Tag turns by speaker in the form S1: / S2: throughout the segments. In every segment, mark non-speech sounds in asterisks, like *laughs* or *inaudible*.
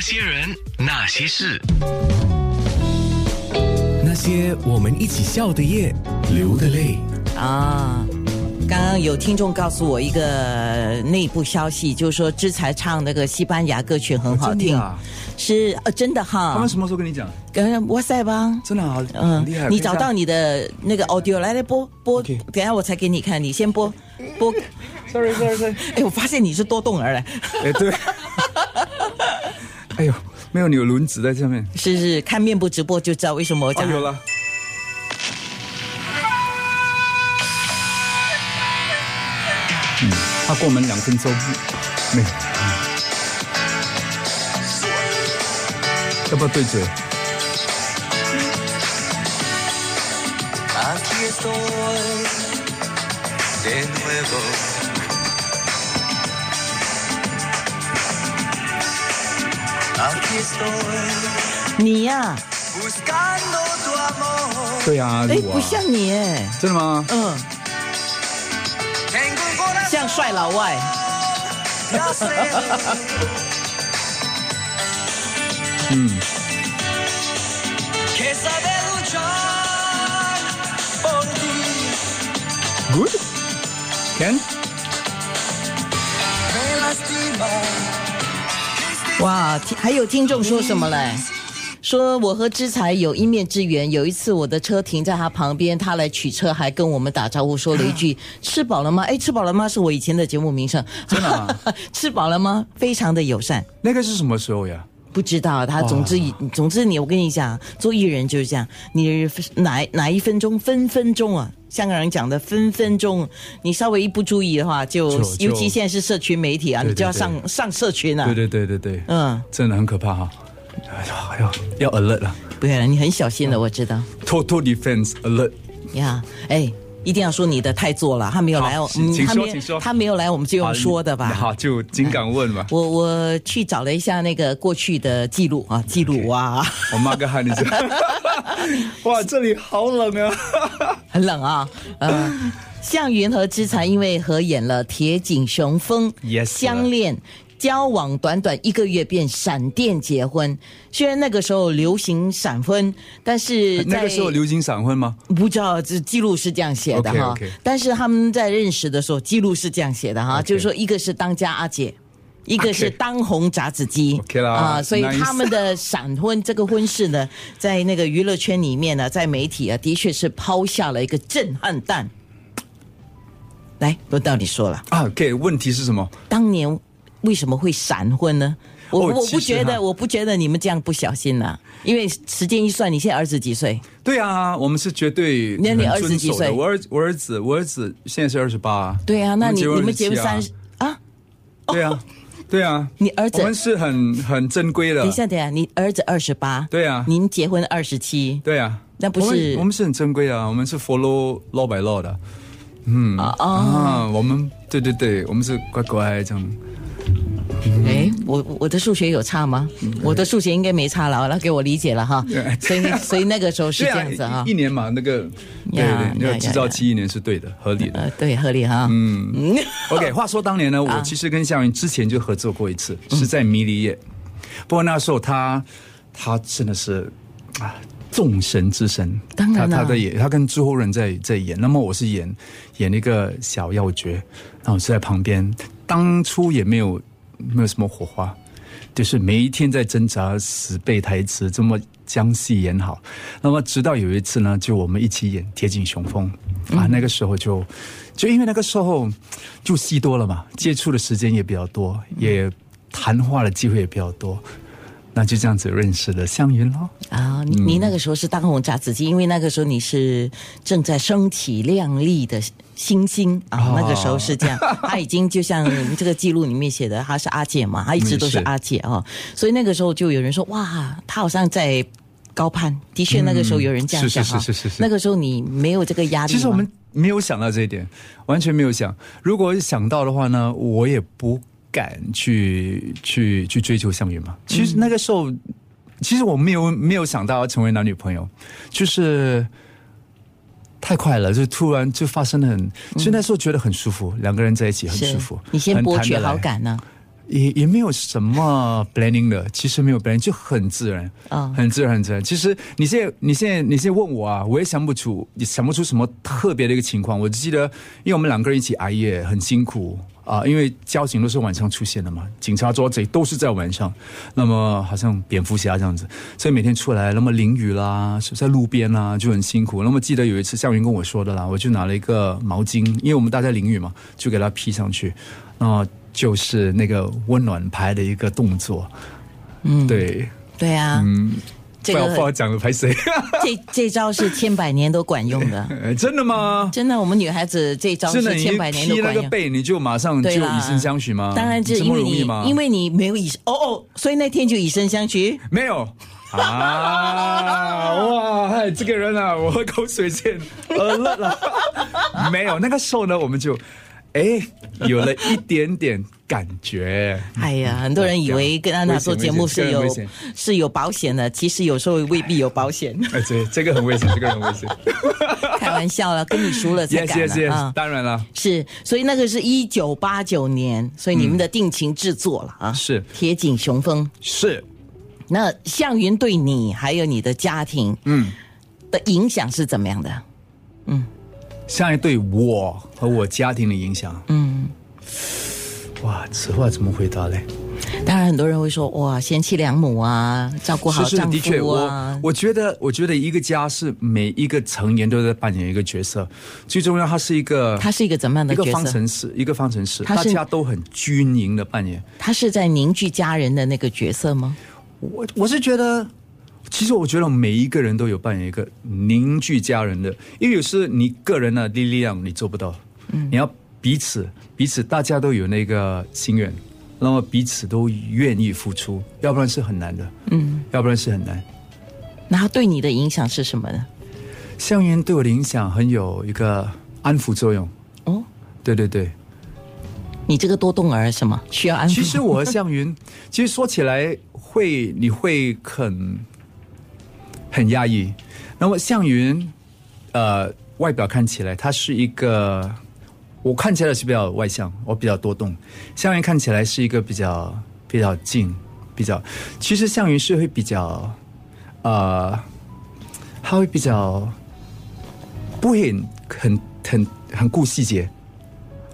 S1: 些人，那些事，
S2: 那些我们一起笑的夜，流的泪。
S3: 啊。刚刚有听众告诉我一个内部消息，就是说制裁唱那个西班牙歌曲很好听，
S4: 真的啊
S3: 是呃真的
S4: 他
S3: 哈
S4: 啊们。什么时候跟你讲？
S3: 跟哇塞吧，
S4: 真的好，
S3: 嗯
S4: 很厉害。，
S3: 你找到你的那个 audio 来来播播，
S4: OK
S3: 等一下我才给你看，你先
S4: *laughs*
S3: 播播。
S4: ？Sorry Sorry Sorry。
S3: 哎，我发现你是多动儿来，
S4: 哎，对。哎呦，没有，你有轮子在下面。
S3: *laughs* 是是，看面部直播就知道为什么我
S4: 哦
S3: 讲。，
S4: 有了。嗯，他过门两分钟，没有。嗯要不要对嘴？
S5: Aquí estoy de nuevo. Aquí estoy
S3: 你呀、
S5: eh, buscando tu amor.
S4: 对啊，
S3: 哎，
S4: 我啊
S3: 不像你哎，
S4: 真的吗？
S3: 嗯，
S5: Tengo un corazón
S3: 像帅老外，
S5: casero.
S4: 嗯，
S5: que sabe luchar por ti.
S4: Good? Can?
S5: Me lastima.
S3: 哇，听还有听众说什么嘞？说我和之才有一面之缘，有一次我的车停在他旁边，他来取车，还跟我们打招呼，说了一
S4: *laughs*
S3: 句“吃饱了吗？”哎，吃饱了吗？是我以前的节目名称，
S4: 真的啊
S3: *laughs* 吃饱了吗？非常的友善。
S4: 那个是什么时候呀？
S3: 不知道他，总之总之你，我跟你讲，做艺人就是这样，你哪哪一分钟，分分钟啊，香港人讲的分分钟，你稍微一不注意的话，就
S4: 就就
S3: 尤其现在是社群媒体啊，
S4: 对对
S3: 你就要
S4: 对
S3: 上上社群啊，
S4: 对对对对对，
S3: 嗯，
S4: 真的很可怕哈、哎呀，哎呀，要 alert 了
S3: 不要了，你很小心的，我知道
S4: ，total defense alert。
S3: 呀，哎。一定要说你的太做了，他没有来，
S4: 好
S3: 我
S4: 请请
S3: 他
S4: 说
S3: 没有
S4: 请说
S3: 他没有来，我们就用说的吧。
S4: 啊 *laughs* 好，就尽敢问吧。
S3: *laughs* 我我去找了一下那个过去的记录啊，记录
S4: OK *laughs*
S3: 哇，
S4: 我骂个汉你
S3: *laughs*
S4: 讲，哇，这里好冷啊！
S3: 很冷啊。呃，向云和之才因为合演了《铁颈雄风》
S4: Yes，
S3: 相恋。交往短短一个月便闪电结婚，虽然那个时候流行闪婚，但是
S4: 那
S3: 在
S4: 个时候流行闪婚吗？
S3: 不知道这记录是这样写的哈
S4: OK，OK
S3: 但是他们在认识的时候记录是这样写的哈
S4: OK
S3: 就是说一个是当家阿姐。一个是当红炸子鸡
S4: OK 啦
S3: 啊所以
S4: nice
S3: 他们的闪婚这个婚事呢，在那个娱乐圈里面呢，在媒体啊，的确是抛下了一个震撼弹。来，轮到你说了，
S4: 啊，OK，问题是什么？
S3: 当年为什么会闪婚呢？我、
S4: 哦
S3: 我
S4: 其
S3: 不
S4: 实
S3: 觉
S4: 哈
S3: 得，我不觉得你们这样不小心呐、因为时间一算，你现在二十几岁，
S4: 对啊，我们是绝对
S3: 那你20
S4: 很遵
S3: 几
S4: 守
S3: 岁
S4: 的。我儿我儿子我儿子现在是二十八，
S3: 对啊，那你
S4: 我
S3: 你们
S4: 们
S3: 结
S4: 结
S3: 婚
S4: 婚
S3: 三
S4: 十
S3: 十啊？
S4: 七啊， *laughs* 对啊，对啊，
S3: 你儿子
S4: 我们是很很正规的
S3: 等一，下，等一下，你儿子二十八，
S4: 嗯对啊
S3: 您结婚二十七，
S4: 对啊，
S3: 那不是
S4: 我们我们是很正规的啊，我们是 follow law by law 的，嗯
S3: 啊哦，
S4: 啊，我们对对对，我们是乖乖这样。
S3: 哎，我我的数学有差吗？
S4: 嗯
S3: 我的数学应该没差了，那给我理解了哈
S4: 对。
S3: 所以所以那个时候是
S4: 嗯对
S3: 这
S4: 啊
S3: 样子哈
S4: 一一，年嘛，那个对
S3: 呀
S4: 对，那
S3: 呀
S4: 个制造
S3: 呀
S4: 期一年是对的，合理的。
S3: 呃，对，合理哈。嗯
S4: OK，话说当年呢，
S3: 啊
S4: 我其实跟夏云之前就合作过一次，
S3: 嗯
S4: 是在迷离夜。不过那时候他他真的是啊，众神之神。
S3: 当然啊
S4: 他
S3: 啦
S4: 他在演，他跟朱厚仁在在演。那么我是演演那个小要角，然后我是在旁边。当初也没有没有什么火花，就是每一天在挣扎死背台词，这么将戏演好。那么直到有一次呢，就我们一起演《铁颈雄风》啊，那个时候就就因为那个时候就戏多了嘛，接触的时间也比较多，也谈话的机会也比较多。那就这样子认识了湘云喽。
S3: 啊，你你那个时候是当红炸子鸡，因为那个时候你是正在升起亮丽的星星啊
S4: 哦，
S3: 那个时候是
S4: *laughs*
S3: 这样，他已经就像这个记录里面写的，他是阿姐嘛，他一直都是
S4: 嗯是
S3: 阿姐哦，所以那个时候就有人说哇，他好像在。高攀，的确，那个时候有人这样讲哈、
S4: 是是是是是是
S3: 那个时候你没有这个压力吗。
S4: 其实我们没有想到这一点，完全没有想。如果想到的话呢，我也不敢去去去追求项羽嘛。其
S3: 嗯
S4: 实那个时候，其实我没有没有想到要成为男女朋友，就是太快了，就突然就发生了很，所以那时候觉得很舒服，两个人在一起很
S3: 嗯是
S4: 舒服。
S3: 你先
S4: 很
S3: 博
S4: 谈
S3: 取
S4: 得来
S3: 好，感呢、啊
S4: 也也没有什么 planning 的，其实没有 planning，就很自然，
S3: 啊
S4: 很自然，很自然。其实你现在你现在你现在问我啊，我也想不出，也想不出什么特别的一个情况。我只记得，因为我们两个人一起熬夜，很辛苦啊、因为交警都是晚上出现的嘛，警察抓贼都是在晚上。那么好像蝙蝠侠这样子，所以每天出来，那么淋雨啦，是在路边啦，就很辛苦。那么记得有一次校园跟我说的啦，我就拿了一个毛巾，因为我们大家淋雨嘛，就给它披上去。那就是那个温暖牌的一个动作，嗯，对，
S3: 对啊，这
S4: 嗯不然我不好
S3: 个
S4: 讲了，
S3: *laughs*
S4: 拍谁？
S3: 这这招是千百年都管用
S4: *laughs*
S3: 的。
S4: 呃真的吗？
S3: 真的，我们女孩子这招
S4: 真
S3: 是
S4: 的，你
S3: 千百年都
S4: 踢那
S3: 管
S4: 个
S3: 用。
S4: 背，你就马上就
S3: 对啦
S4: 以身相许吗？
S3: 当然是
S4: 这
S3: 因
S4: 么
S3: 为
S4: 容
S3: 你
S4: 易吗？，
S3: 因为你没有以哦哦，所以那天就以身相许。
S4: 没有
S3: *laughs*
S4: 啊！哇，嗨这个人啊，我喝口水先，呃，乐了。 *laughs* 没有，那个时候呢，我们就哎有了一点点感觉。
S3: 哎呀，很多人以为跟安娜做节目是有
S4: 危险危险
S3: 是有保险的，其实有时候未必有保
S4: *laughs*
S3: 险。
S4: 哎，这这个很危险，这个
S3: *laughs*
S4: 很危险。
S3: 开玩笑了，跟你熟了才
S4: yes
S3: 敢了
S4: yes yes，
S3: 啊！
S4: 当然了。
S3: 是，所以那个是一九八九年，所以你们的定情制作了啊。
S4: 是
S3: 铁颈雄风。
S4: 是，
S3: 那向云对你还有你的家庭，嗯，的影响是怎么样的？
S4: 下一对我和我家庭的影响。嗯，哇，此话怎么回答嘞？
S3: 当然，很多人会说哇，贤妻良母啊，照顾好
S4: 是是
S3: 丈
S4: 的确，
S3: 夫
S4: 我
S3: 啊。
S4: 我觉得，我觉得一个家是每一个成员都在扮演一个角色，最重要，它是一个，
S3: 他是一个怎么样的
S4: 一个
S3: 角
S4: 方
S3: 色？
S4: 程式，一个方程式，
S3: 它
S4: 大
S3: 是
S4: 家都很均匀的扮演。
S3: 他是在凝聚家人的那个角色吗？
S4: 我我是觉得，其实我觉得每一个人都有扮演一个凝聚家人的，因为有时你个人的力量你做不到，你要彼此彼此大家都有那个心愿，那么彼此都愿意付出，要不然是很难的，嗯，要不然是很难。
S3: 那他对你的影响是什么呢？
S4: 香烟对我的影响很有一个安抚作用，
S3: 哦，
S4: 对对对。
S3: 你这个多动儿什么需要安抚？
S4: 其实我和向云， *laughs* 其实说起来会，你会很很压抑。那么向云，呃，外表看起来他是一个，我看起来是比较外向，我比较多动。向云看起来是一个比较比较静，比较，其实向云是会比较，呃，他会比较不会很很很很顾细节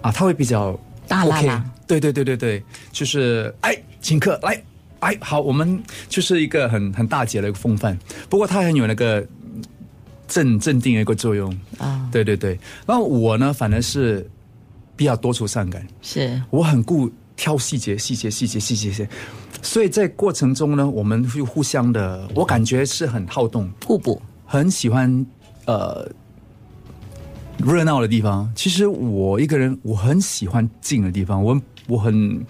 S4: 啊，他会比较
S3: 大啦
S4: OK
S3: 啦
S4: 对对对对对，就是哎，请客来，哎，好，我们就是一个很很大姐的一个风范。不过他很有那个嗯镇镇定的一个作用
S3: 啊
S4: 对对对。然后我呢，反而是比较多愁善感，
S3: 是
S4: 我很顾挑细节，细节，细节，细节，细节。所以在过程中呢，我们会互相的，我感觉是很好动，
S3: 互补。
S4: 很喜欢呃热闹的地方。其实我一个人，我很喜欢静的地方，我我很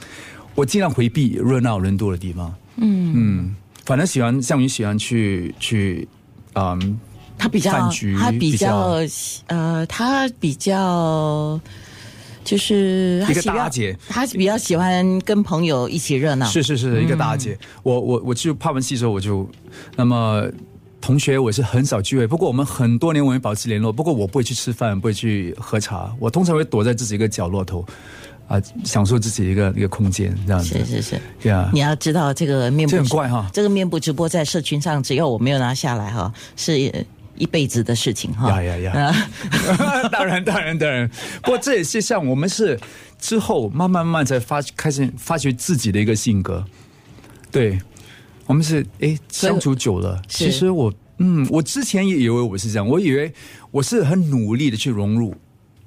S4: 我尽量回避热闹人多的地方。嗯嗯，反正喜欢像你喜欢去去嗯。
S3: 他比较
S4: 饭局，
S3: 他比较
S4: 比
S3: 呃，他比较就是他
S4: 一个
S3: 喜欢
S4: 大姐
S3: 他比较喜欢跟朋友一起热闹。
S4: 是是是一个大姐。
S3: 嗯
S4: 我我我去帕文系的时候，我就那么。同学，我是很少聚会，不过我们很多年我们保持联络。不过我不会去吃饭，不会去喝茶，我通常会躲在自己一个角落头，啊、享受自己一个一个空间这样子。
S3: 是 *laughs* 是是，
S4: 对啊
S3: 你要知道这个面部
S4: 这很怪哈
S3: 这个面部直播在社群上，只要我没有拿下来哈，是一辈子的事情哈。
S4: 呀呀呀
S3: 啊
S4: *laughs* 当然，当然，当然。不过这也是像我们是之后慢慢慢慢才发开始发掘自己的一个性格。对，我们是诶
S3: 以
S4: 相处久了，
S3: 是
S4: 其实我嗯，我之前也以为我是这样，我以为我是很努力的去融入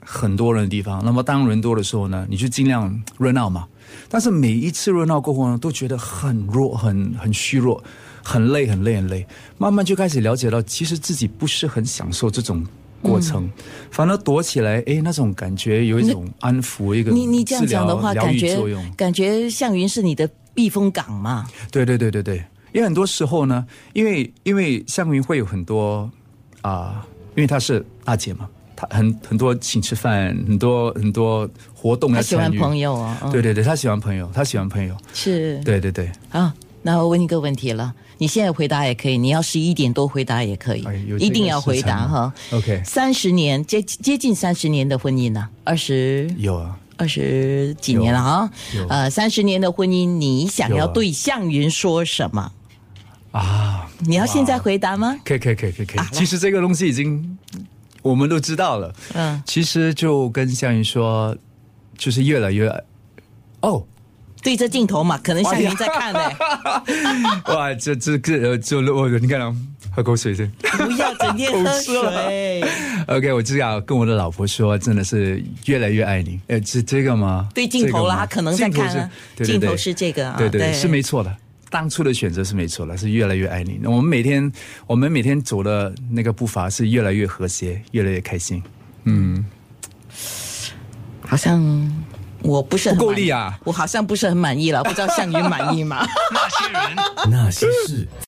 S4: 很多人的地方。那么当人多的时候呢，你就尽量热闹嘛。但是每一次热闹过后呢，都觉得很弱、很很虚弱、很累、很累、很累。慢慢就开始了解到，其实自己不是很享受这种过程，
S3: 嗯
S4: 反而躲起来，哎，那种感觉有一种安抚，一个
S3: 你你这样
S4: 治疗
S3: 讲的话，
S4: 疗
S3: 感
S4: 愈
S3: 觉
S4: 作用。
S3: 感觉向云是你的避风港嘛？
S4: 对对对对对，因为很多时候呢，因为因为向云会有很多啊、因为她是大姐嘛，她很很多请吃饭，很多很多活动要
S3: 他喜欢
S4: 参与
S3: 朋、友哦，嗯
S4: 对对对，她喜欢朋友，她喜欢朋友，
S3: 是
S4: 对对对，
S3: 啊。那我问一个问题了，你现在回答也可以，你要十一点多回答也可以，
S4: 哎有这个
S3: 一定要回
S4: 时
S3: 答
S4: 长吗
S3: 哈。
S4: OK
S3: 三十年接接近三十年的婚姻呢、二十
S4: 有啊，
S3: 二十几年了哈
S4: 有有，
S3: 呃，三十年的婚姻，你想
S4: 有啊
S3: 要对向云说什么？
S4: 啊，
S3: 你要现在回答吗？
S4: 可以可以可以可以可以。
S3: 啊
S4: 其实这个东西已经我们都知道了。
S3: 嗯
S4: 其实就跟向云说，就是越来越哦，
S3: 对着镜头嘛，可
S4: 哎
S3: 能向云在
S4: *laughs*
S3: 看呢、
S4: 哇，这这这呃就我你看啊，喝口水先。
S3: 不要整天
S4: *laughs*
S3: 喝水。
S4: OK，我只要跟我的老婆说，真的是越来越爱你。呃，这这个吗？
S3: 对镜头啦
S4: 这个吗
S3: 他可能在看啊
S4: 镜头是对对对
S3: 镜头是这个啊
S4: 对对对，
S3: 对
S4: 是没错的。当初的选择是没错的，是越来越爱你。我们每天，我们每天走的那个步伐是越来越和谐，越来越开心。
S3: 好像我不是很
S4: 不够
S3: 满意
S4: 力啊
S3: 我好像不是很满意了，不知道向云满意吗？
S1: 那些人。
S2: *laughs* 那些事。